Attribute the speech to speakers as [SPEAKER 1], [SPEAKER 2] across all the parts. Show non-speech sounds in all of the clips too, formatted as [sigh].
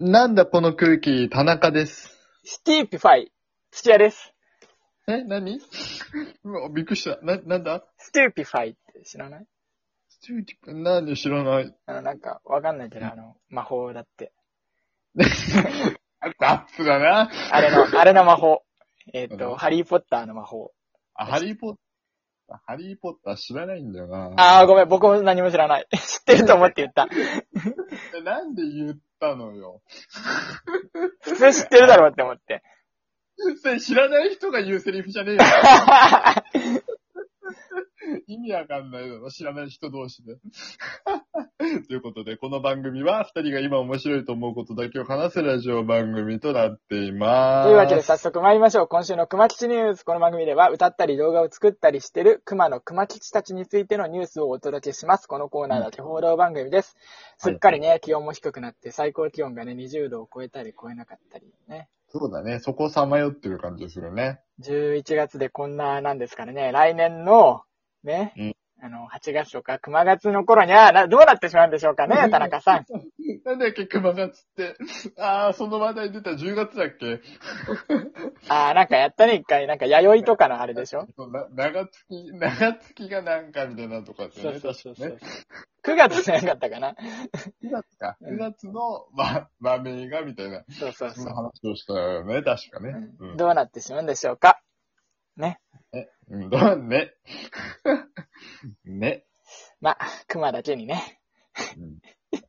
[SPEAKER 1] なんだこの空気、田中です。
[SPEAKER 2] シティピファイ、土屋です。
[SPEAKER 1] え
[SPEAKER 2] [laughs]
[SPEAKER 1] 何うわ、びっくりした。な、なんだ
[SPEAKER 2] ステューピファイって知らない
[SPEAKER 1] スチューティ何知ら
[SPEAKER 2] [laughs]
[SPEAKER 1] ない。
[SPEAKER 2] あの、なんか、わかんないけど、あの、魔法だって。
[SPEAKER 1] ダッツだな。[laughs]
[SPEAKER 2] あれの、あれの魔法。えっ、
[SPEAKER 1] うん
[SPEAKER 2] と、ハリーポッターの魔法。
[SPEAKER 1] あ、ハリーポッター、ハリーポッター知らないんだよな。
[SPEAKER 2] あー、ごめん、僕も何も知らない。知ってると思って言った。
[SPEAKER 1] えなんで言ったのよ。
[SPEAKER 2] 普通知ってるだろうって思
[SPEAKER 1] [laughs]
[SPEAKER 2] って。
[SPEAKER 1] それ知らない人が言うセリフじゃねえ
[SPEAKER 2] [laughs]
[SPEAKER 1] よ。意味わかんないだろ、知らない人同士で。 [laughs] ということで、この番組は、二人が今面白いと思うことだけを話すラジオ番組となっていま
[SPEAKER 2] と
[SPEAKER 1] す。
[SPEAKER 2] いうわけで早速参りましょう。今週の熊吉ニュース。この番組では歌ったり動画を作ったりしてる熊の熊吉たちについてのニュースをお届けします。このコーナーだけ報道番組です。
[SPEAKER 1] は
[SPEAKER 2] す
[SPEAKER 1] い
[SPEAKER 2] っかりね、気温も低くなって最高気温がね、20度を超えたり超えなかったりね。
[SPEAKER 1] そうだね、そこさまよってる感じするね。
[SPEAKER 2] 11月でこんななんですからね、来年のね、
[SPEAKER 1] うん
[SPEAKER 2] あの、8月とか熊月の頃にはなどうなってしまうんでしょうかね、田中さん。
[SPEAKER 1] なんだっけ、熊月って。あー、その話題出た10月だっけ
[SPEAKER 2] ああ、なんかやったね、一回。なんか弥生とかのあれでしょ
[SPEAKER 1] な長月、長月がなんかみたいなとかって、ね、
[SPEAKER 2] そうそうそうそう。
[SPEAKER 1] ね
[SPEAKER 2] 9月じゃなかったかな。
[SPEAKER 1] 9月か。
[SPEAKER 2] うん
[SPEAKER 1] 9月の、ま、マメがみたいな、
[SPEAKER 2] そうそう
[SPEAKER 1] そん
[SPEAKER 2] そう
[SPEAKER 1] な。話をしたよね、確かね。うん
[SPEAKER 2] どうなってしまうんでしょうか。
[SPEAKER 1] うん、だね。 [laughs] ね。
[SPEAKER 2] まあ、熊だけにね。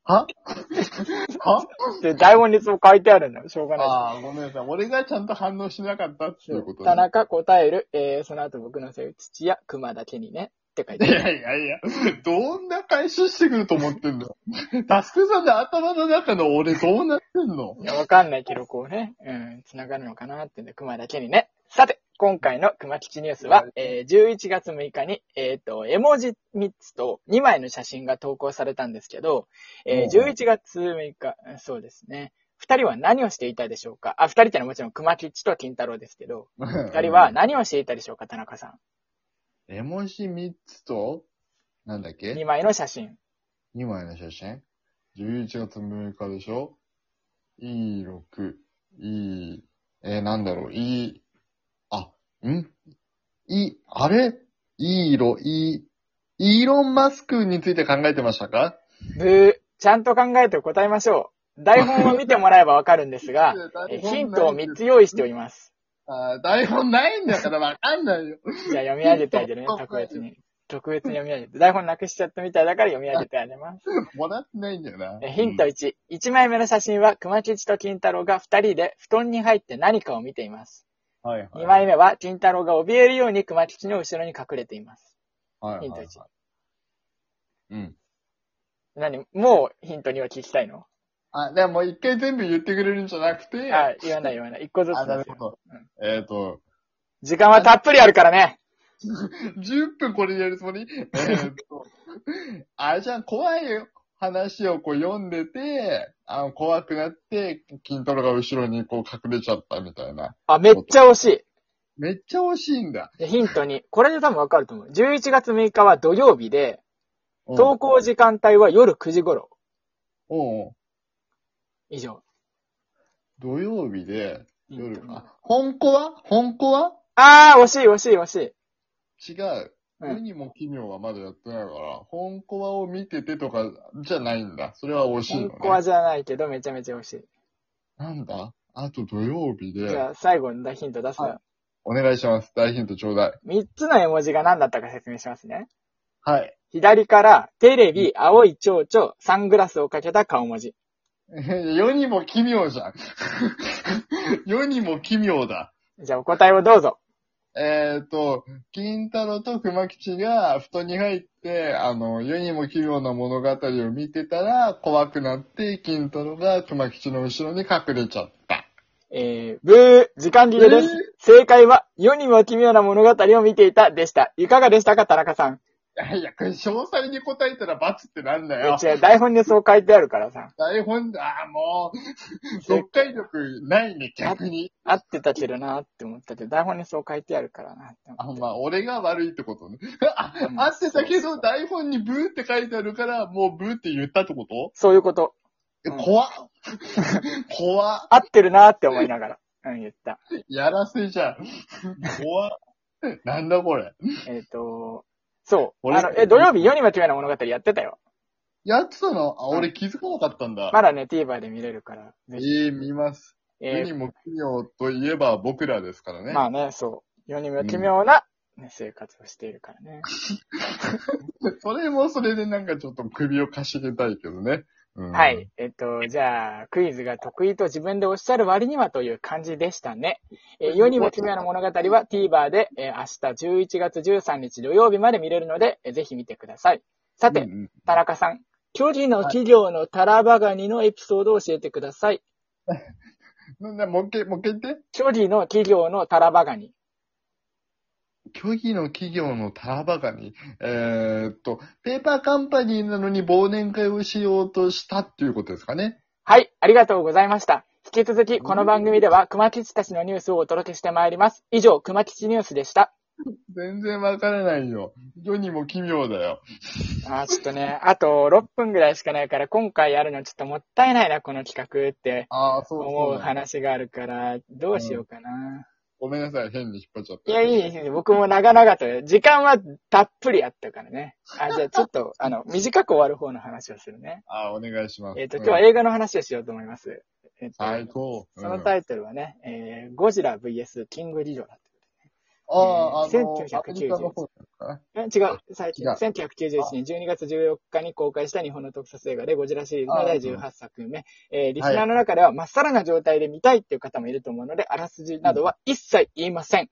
[SPEAKER 1] は [laughs] は
[SPEAKER 2] で、台本にそう書いてあるの。しょうがな
[SPEAKER 1] ああ、ごめんなさい。俺がちゃんと反応しなかったって
[SPEAKER 2] い
[SPEAKER 1] い
[SPEAKER 2] で
[SPEAKER 1] うこ
[SPEAKER 2] す。
[SPEAKER 1] と
[SPEAKER 2] 田
[SPEAKER 1] ね。
[SPEAKER 2] 中答える、えー、その後僕のせい、土屋、熊だけにね。って書い
[SPEAKER 1] い
[SPEAKER 2] てある。
[SPEAKER 1] やいやいや、どんな返ししてくると思ってんの [laughs] タスクさんの頭の中の俺どうなってんの
[SPEAKER 2] いや、わかんないけど、こうね、うん、繋がるのかなってんで、熊だけにね。さて、今回の熊吉ニュースは、えー、11月6日に、えっ、と、絵文字3つと2枚の写真が投稿されたんですけど、えー、
[SPEAKER 1] おう
[SPEAKER 2] 11月6日、そうですね。二人は何をしていたでしょうかあ、二人ってのはもちろん熊吉と金太郎ですけど、二
[SPEAKER 1] 二
[SPEAKER 2] 人は、何をしていたでしょうか、田中さ
[SPEAKER 1] 絵文字3つと、なんだっ
[SPEAKER 2] ん。2
[SPEAKER 1] け
[SPEAKER 2] 枚の写真。
[SPEAKER 1] ?2 枚の写真 ?11 月6日でしょ ?E6、E、えー、なんだろう、E、あ、ん ?E、あれ ?E 色、E、イーロン・マスクについて考えてましたか
[SPEAKER 2] ブー、ちゃんと考えて答えましょう。台本を見てもらえばわかるんです
[SPEAKER 1] [laughs]
[SPEAKER 2] が、えヒントを3つ用意しております。
[SPEAKER 1] あー台本ないんだからわかんないよ。
[SPEAKER 2] じゃあ読み上げてあげるね、特別に。特別に読み上げて。台本なくしちゃったみたいだから読み上げてあげます。
[SPEAKER 1] もらってないんだよな。
[SPEAKER 2] えヒント
[SPEAKER 1] うん
[SPEAKER 2] 1。1枚目の写真は熊吉と金太郎が2人で布団に入って何かを見ています。
[SPEAKER 1] はいはい。
[SPEAKER 2] 2枚目は金太郎が怯えるように熊吉の後ろに隠れています。
[SPEAKER 1] はいはいはい
[SPEAKER 2] ヒント
[SPEAKER 1] う
[SPEAKER 2] 1。
[SPEAKER 1] ん。
[SPEAKER 2] 何もうヒント2は聞きたいの
[SPEAKER 1] あ、でももう一回全部言ってくれるんじゃなくて、
[SPEAKER 2] あ、言わない言わない。1個ずつ
[SPEAKER 1] あ、な
[SPEAKER 2] で
[SPEAKER 1] る
[SPEAKER 2] す
[SPEAKER 1] ほ
[SPEAKER 2] よ。
[SPEAKER 1] ど。えっ、と、
[SPEAKER 2] 時間はたっぷりあるからね。
[SPEAKER 1] 10分これでやるつもりえっ、と、 [laughs] あれじゃん、怖い話をこう読んでて、あの、怖くなって、筋トレが後ろにこう隠れちゃったみたいな。
[SPEAKER 2] あ、めっちゃ惜しい
[SPEAKER 1] めっちゃ惜しいんだ。
[SPEAKER 2] で。ヒントに。これで多分わかると思う。11月6日は土曜日で、
[SPEAKER 1] うん
[SPEAKER 2] 投稿時間帯は夜9時頃。
[SPEAKER 1] おう
[SPEAKER 2] 以上。
[SPEAKER 1] 土曜日で、夜
[SPEAKER 2] ヒントに
[SPEAKER 1] か。本校は本校は
[SPEAKER 2] あー、惜しい惜しい惜しい。
[SPEAKER 1] 違う。
[SPEAKER 2] うん
[SPEAKER 1] 世にも奇妙はまだやってないから、本コアを見ててとかじゃないんだ。それは惜しいの、
[SPEAKER 2] 本
[SPEAKER 1] ね。
[SPEAKER 2] コアじゃないけど、めちゃめちゃ惜しい。
[SPEAKER 1] なんだあと土曜日
[SPEAKER 2] じ
[SPEAKER 1] で、
[SPEAKER 2] ゃあ、最後にヒント出す
[SPEAKER 1] は
[SPEAKER 2] よ。
[SPEAKER 1] お願いします。大ヒントちょうだい。
[SPEAKER 2] 3つの絵文字が何だったか説明しますね。
[SPEAKER 1] はい。
[SPEAKER 2] 左から、テレビ、青い蝶々、サングラスをかけた顔文字。
[SPEAKER 1] [laughs] 世にも奇妙じゃん。 [laughs] 世にも奇妙だ。
[SPEAKER 2] じゃあ、お答えをどうぞ。
[SPEAKER 1] えっ、ー、と、金太郎と熊吉が布団に入って、あの、世にも奇妙な物語を見てたら、怖くなって、金太郎が熊吉の後ろに隠れちゃった。
[SPEAKER 2] えー、ブー、時間切れです。正解は、世にも奇妙な物語を見ていたでした。いかがでしたか、田中さん。
[SPEAKER 1] いやいや、これ詳細に答えたら罰ってなんだよ。
[SPEAKER 2] 違う、台本にそう書いてあるからさ。
[SPEAKER 1] 台本だ、あーもう、読解力ないね、逆に。
[SPEAKER 2] 合ってたけどなって思ったけど、台本にそう書い [laughs] てあるからなって
[SPEAKER 1] あ、
[SPEAKER 2] 思って。
[SPEAKER 1] まあ、俺が悪いってことね。あ
[SPEAKER 2] う、ん
[SPEAKER 1] 合ってたけど、台本にブーって書いてあるから、もうブーって言ったってこと
[SPEAKER 2] そういうこと。
[SPEAKER 1] え
[SPEAKER 2] うん
[SPEAKER 1] 怖っ怖っ
[SPEAKER 2] 合ってるなって思いながら、うん、言った。
[SPEAKER 1] やらせじゃん。怖っなんだこれ。
[SPEAKER 2] えっ、と、そう。
[SPEAKER 1] 俺
[SPEAKER 2] あの、え、土曜日世に間違いな物語やってたよ。
[SPEAKER 1] やってたのあ、俺気づかなかったんだ。
[SPEAKER 2] まだね、TVer で見れるから、ぜひ。
[SPEAKER 1] ええ見ます。
[SPEAKER 2] え
[SPEAKER 1] 世にも奇妙といえば僕らですからね。
[SPEAKER 2] まあね、そう。世にも奇妙な、ね生活をしているからね。
[SPEAKER 1] それもそれでなんかちょっと首をかしげたいけどね。うん
[SPEAKER 2] はい。。えっと、じゃあ、クイズが得意と自分でおっしゃる割にはという感じでしたね。えー、世にも奇妙な物語は TVer で、えー明日11月13日土曜日まで見れるので、えーぜひ見てください。さて、
[SPEAKER 1] うん
[SPEAKER 2] 田中さん。巨人の企業のタラバガニのエピソードを教えてください。
[SPEAKER 1] なんだ、もう一回、もう一回言って。
[SPEAKER 2] 巨人の企業のタラバガニ。
[SPEAKER 1] 虚偽の企業のタラバガニ。えーっと、ペーパーカンパニーなのに忘年会をしようとしたっていうことですかね。
[SPEAKER 2] はい、ありがとうございました。引き続き、この番組では熊吉たちのニュースをお届けしてまいります。以上、熊吉ニュースでした。
[SPEAKER 1] 全然わからないよ。世にも奇妙だよ。
[SPEAKER 2] あーちょっとね、 [laughs] あと6分ぐらいしかないから、今回やるのちょっともったいないな、この企画って
[SPEAKER 1] ああ、そう
[SPEAKER 2] 思
[SPEAKER 1] そうう。
[SPEAKER 2] 話があるから、どうしようかな。
[SPEAKER 1] ごめんなさい、変に引っ張っちゃって。
[SPEAKER 2] いや、いいですいいです僕も長々と、時間はたっぷりあったから [laughs] ね。あ、じゃあちょっと、あの、短く終わる方の話をする [laughs] ね。
[SPEAKER 1] ああ、お願いします。
[SPEAKER 2] えっ、と、今日は映画の話をしようと思います。えっと
[SPEAKER 1] 最高。
[SPEAKER 2] その
[SPEAKER 1] イ
[SPEAKER 2] タイトルはね、えーゴジラ VS キングリドラ。
[SPEAKER 1] プ。ああ、あ
[SPEAKER 2] えー
[SPEAKER 1] の、
[SPEAKER 2] 1990
[SPEAKER 1] アメリカの方ですかね。
[SPEAKER 2] え違う、最近、
[SPEAKER 1] 違う
[SPEAKER 2] 1991年12月14日に公開した日本の特撮映画で、ゴジラシリーズの第18作目。えーリスナーの中では、まっさらな状態で見たいっていう方もいると思うので、あらすじなどは一切言いません。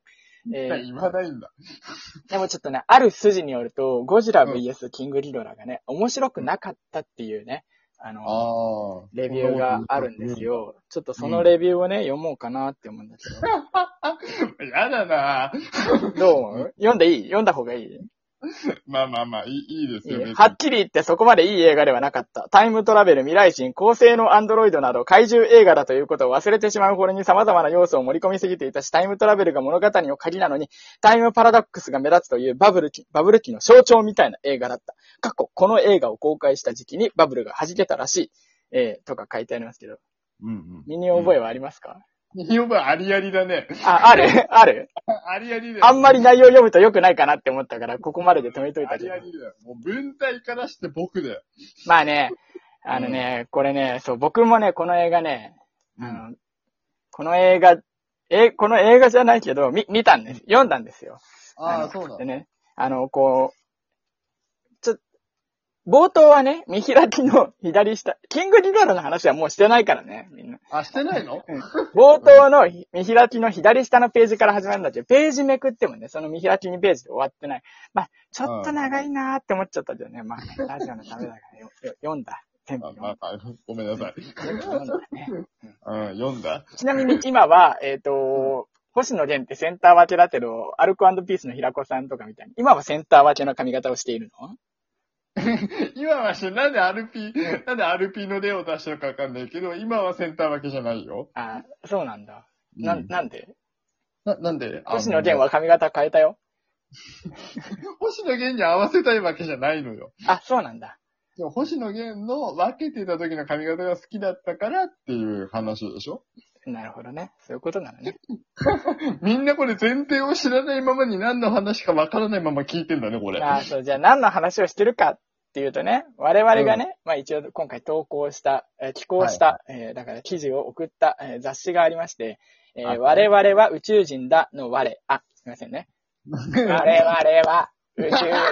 [SPEAKER 2] え
[SPEAKER 1] い
[SPEAKER 2] ー
[SPEAKER 1] や、言わないんだ。
[SPEAKER 2] でもちょっとね、ある筋によると、ゴジラ VS キングリドラがね、面白くなかったっていうね、あの、
[SPEAKER 1] ああ。
[SPEAKER 2] レビューがあるんです。よ。ちょっとそのレビューをね、読もうかなって思うんだけど。
[SPEAKER 1] やだなぁ
[SPEAKER 2] どう思う読んでいい読んだ方がいい
[SPEAKER 1] まあまあまあ、いいいいですよ、別に
[SPEAKER 2] はっきり言ってそこまでいい映画ではなかった。タイムトラベル、未来人、高性能アンドロイドなど怪獣映画だということを忘れてしまうほどに様々な要素を盛り込みすぎていたし、タイムトラベルが物語の鍵なのに、タイムパラドックスが目立つというバブル期、バブル期の象徴みたいな映画だった。過去、この映画を公開した時期にバブルが弾けたらしい、えー、とか書いてありますけど、
[SPEAKER 1] うんうん。
[SPEAKER 2] 身に覚えはありますか、
[SPEAKER 1] [laughs] 身に覚えありありだね。
[SPEAKER 2] あ、あるある
[SPEAKER 1] ありありだよ。
[SPEAKER 2] あんまり内容読むと良くないかなって思ったから、ここまでで止めとい
[SPEAKER 1] あ
[SPEAKER 2] たけ
[SPEAKER 1] り
[SPEAKER 2] ど
[SPEAKER 1] あ。りだよ。もう文体からして僕だよ。
[SPEAKER 2] まあね、あのね、これね、そう、僕もね、この映画ね、
[SPEAKER 1] うん
[SPEAKER 2] あのこの映画、え、この映画じゃないけど、み、見たんです。読んだんですよ。
[SPEAKER 1] あ
[SPEAKER 2] の
[SPEAKER 1] あ、そうな
[SPEAKER 2] で
[SPEAKER 1] の。
[SPEAKER 2] ね、あの、こう、ちょ、冒頭はね、見開きの左下、キングリドラの話はもうしてないからね、みんな。
[SPEAKER 1] あ、してないの [laughs]
[SPEAKER 2] 冒頭のひ見開きの左下のページから始まるんだけど、ページめくってもね、その見開き2ページで終わってない。まあ、ちょっと長いなーって思っちゃったけどね、まあ、ね、ラジオのためだからよよ読んだ。全部
[SPEAKER 1] あ
[SPEAKER 2] 読んだ
[SPEAKER 1] まあまあ、ごめんなさい。
[SPEAKER 2] 読んだね
[SPEAKER 1] うん、読んだ。
[SPEAKER 2] [laughs] ちなみに今は、えっ、と、星野源ってセンター分けだけど、アルコピースの平子さんとかみたいに、今はセンター分けの髪型をしているの
[SPEAKER 1] 今はし、なんでアルピー、なんでアルピーの例を出したのかわかんないけど、今はセンターわけじゃないよ。
[SPEAKER 2] あーそうなんだ。な、
[SPEAKER 1] うん
[SPEAKER 2] ん、なんで
[SPEAKER 1] な、なんであの
[SPEAKER 2] 星野源は髪型変えたよ。
[SPEAKER 1] 星野源に合わせたいわけじゃないのよ。
[SPEAKER 2] あ、そうなんだ。
[SPEAKER 1] でも星野源の分けてた時の髪型が好きだったからっていう話でしょ
[SPEAKER 2] なるほどね。そういうことなのね。
[SPEAKER 1] みんなこれ前提を知らないままに何の話かわからないまま聞いてんだね、これ。
[SPEAKER 2] あーそう、じゃあ何の話をしてるかっていうとね、我々がね、まあ一応今回投稿した、えー寄稿した、えーだから記事を送った、えー雑誌がありまして、えー
[SPEAKER 1] あ
[SPEAKER 2] 我々は宇宙人だの我、あ、すみませんね。我々は宇宙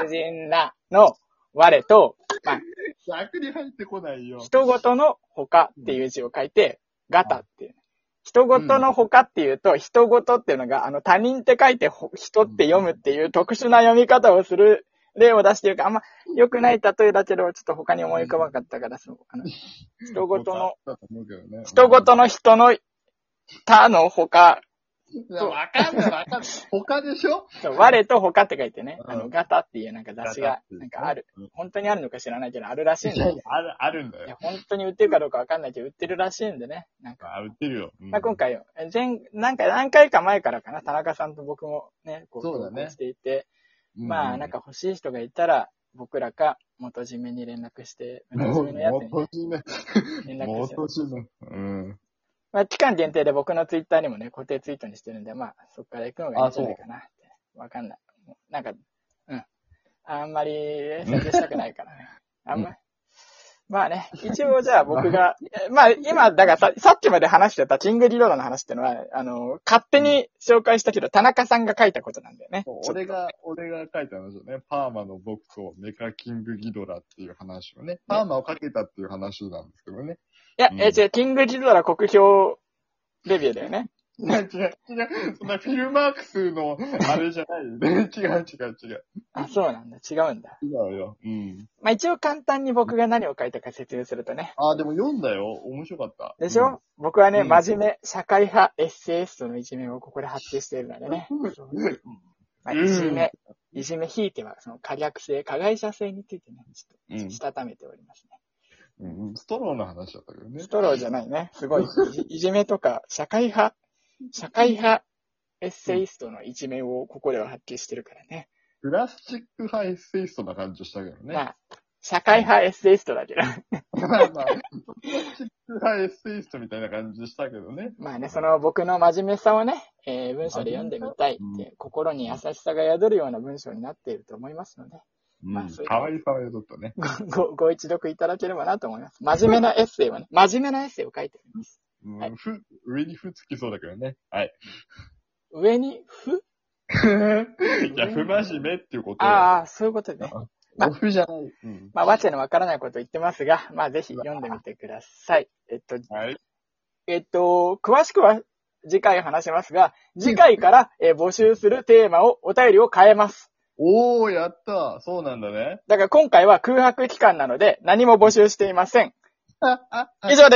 [SPEAKER 2] 人だの我と、まあ、
[SPEAKER 1] 逆に入ってこないよ。
[SPEAKER 2] 人ごとの他っていう字を書いて、ガタっていう。人ごとの他っていうと、人ごとっていうのが、あの、他人って書いてほ、人って読むっていう特殊な読み方をする例を出してるから、あんま良くない例えだけど、ちょっと他に思い浮かばなかったから、そう、あの、人ごとの、
[SPEAKER 1] だと思うけどね。
[SPEAKER 2] 人ごとの人の、他の他、
[SPEAKER 1] いやわかんない、わかんない。他でしょ
[SPEAKER 2] そう我と他って書いてね、
[SPEAKER 1] うん
[SPEAKER 2] あの、ガタっていうなんか雑誌が、なんかある。。
[SPEAKER 1] うん
[SPEAKER 2] 本当にあるのか知らないけど、あるらしいん
[SPEAKER 1] い
[SPEAKER 2] だ
[SPEAKER 1] や
[SPEAKER 2] よ
[SPEAKER 1] い
[SPEAKER 2] [laughs]
[SPEAKER 1] やある、あるんだ
[SPEAKER 2] いや
[SPEAKER 1] よ。、
[SPEAKER 2] 本当に売ってるかどうかわかんないけど、売ってるらしいんでね。なんか、
[SPEAKER 1] あ、売ってるよ。うん
[SPEAKER 2] まあ、今回、え前、なんか何回か前からかな、田中さんと僕もね、こう、
[SPEAKER 1] そうだね
[SPEAKER 2] 投稿していて、
[SPEAKER 1] うん
[SPEAKER 2] まあ、なんか欲しい人がいたら、僕らか、元締めに連絡して、元締めのやつ
[SPEAKER 1] 元締め。
[SPEAKER 2] に連絡して、
[SPEAKER 1] 元締め。うん。
[SPEAKER 2] まあ、期間限定で僕のツイッターにもね、固定ツイートにしてるんで、まあ、そこから行くのがいいんじゃないかなって。わかんない。もうなんか、うん。あんまり宣伝したくないからね。あんまり。まあね、一応じゃあ僕
[SPEAKER 1] [laughs]
[SPEAKER 2] が、えまあ今、だからささっきまで話してたキングリロードの話ってのは、あの、勝手に紹介したけど、田中さんが書いたことなんだよね。
[SPEAKER 1] そう俺が、俺が書いた話をね、パーマの僕とメカキングギドラっていう話をね、パーマをかけたっていう話なんですけどね。
[SPEAKER 2] いや、え
[SPEAKER 1] うん
[SPEAKER 2] 違う、キングギドラ国評レビューだよね。
[SPEAKER 1] 違う違う違う。そんなフィルマークスのあれじゃないよね。違う違う違う。
[SPEAKER 2] あ、そうなんだ。違うんだ。
[SPEAKER 1] 違うよ。うん。
[SPEAKER 2] まあ一応簡単に僕が何を書いたか説明するとね。
[SPEAKER 1] あ、でも読んだよ。面白かった。
[SPEAKER 2] でしょ、僕はね、
[SPEAKER 1] うん
[SPEAKER 2] 真面目、社会派、エッセイストの一面をここで発揮しているのでね。
[SPEAKER 1] うん
[SPEAKER 2] まあ、
[SPEAKER 1] うん
[SPEAKER 2] いじめ、いじめひいては、その可逆性、加害者性についてね、ちょっ
[SPEAKER 1] うん
[SPEAKER 2] と、したためておりますね。
[SPEAKER 1] うんストローの話だったけどね
[SPEAKER 2] ス。トローじゃないね。すごい、いじいじめとか、社会派、社会派、エッセイストの一面をここでは発揮してるからね。
[SPEAKER 1] プラスチックハイセイストな感じしたけど
[SPEAKER 2] ま
[SPEAKER 1] ね。
[SPEAKER 2] あ、社会派エッセイストだけど。
[SPEAKER 1] [laughs]
[SPEAKER 2] [laughs]
[SPEAKER 1] まあまあ、プラスチックハイセイストみたいな感じしたけどね。
[SPEAKER 2] まあね、その僕の真面目さをね、えー文章で読んでみたいっていう、心に優しさが宿るような文章になっていると思いますので、
[SPEAKER 1] うん
[SPEAKER 2] まあそういう
[SPEAKER 1] かわいさは宿ったね。
[SPEAKER 2] [laughs] ご、ご一読いただければなと思います。真面目なエッセイはね、真面目なエッセイを書いております。
[SPEAKER 1] うん
[SPEAKER 2] はい
[SPEAKER 1] ふ上にふつきそうだけどね。
[SPEAKER 2] [laughs]
[SPEAKER 1] はい。
[SPEAKER 2] 上に、ふ
[SPEAKER 1] いや、不真面目っていうことよ。
[SPEAKER 2] ああ、そういうことね。
[SPEAKER 1] オフじゃない。うん。
[SPEAKER 2] まあ、わけのわからないこと言ってますが、まあ、ぜひ読んでみてください。えっと、
[SPEAKER 1] はい。
[SPEAKER 2] えっと、詳しくは次回話しますが、次回から、えー募集するテーマを、お便りを変えます。
[SPEAKER 1] おー、やったそうなんだね。
[SPEAKER 2] だから今回は空白期間なので、何も募集していません。以上です。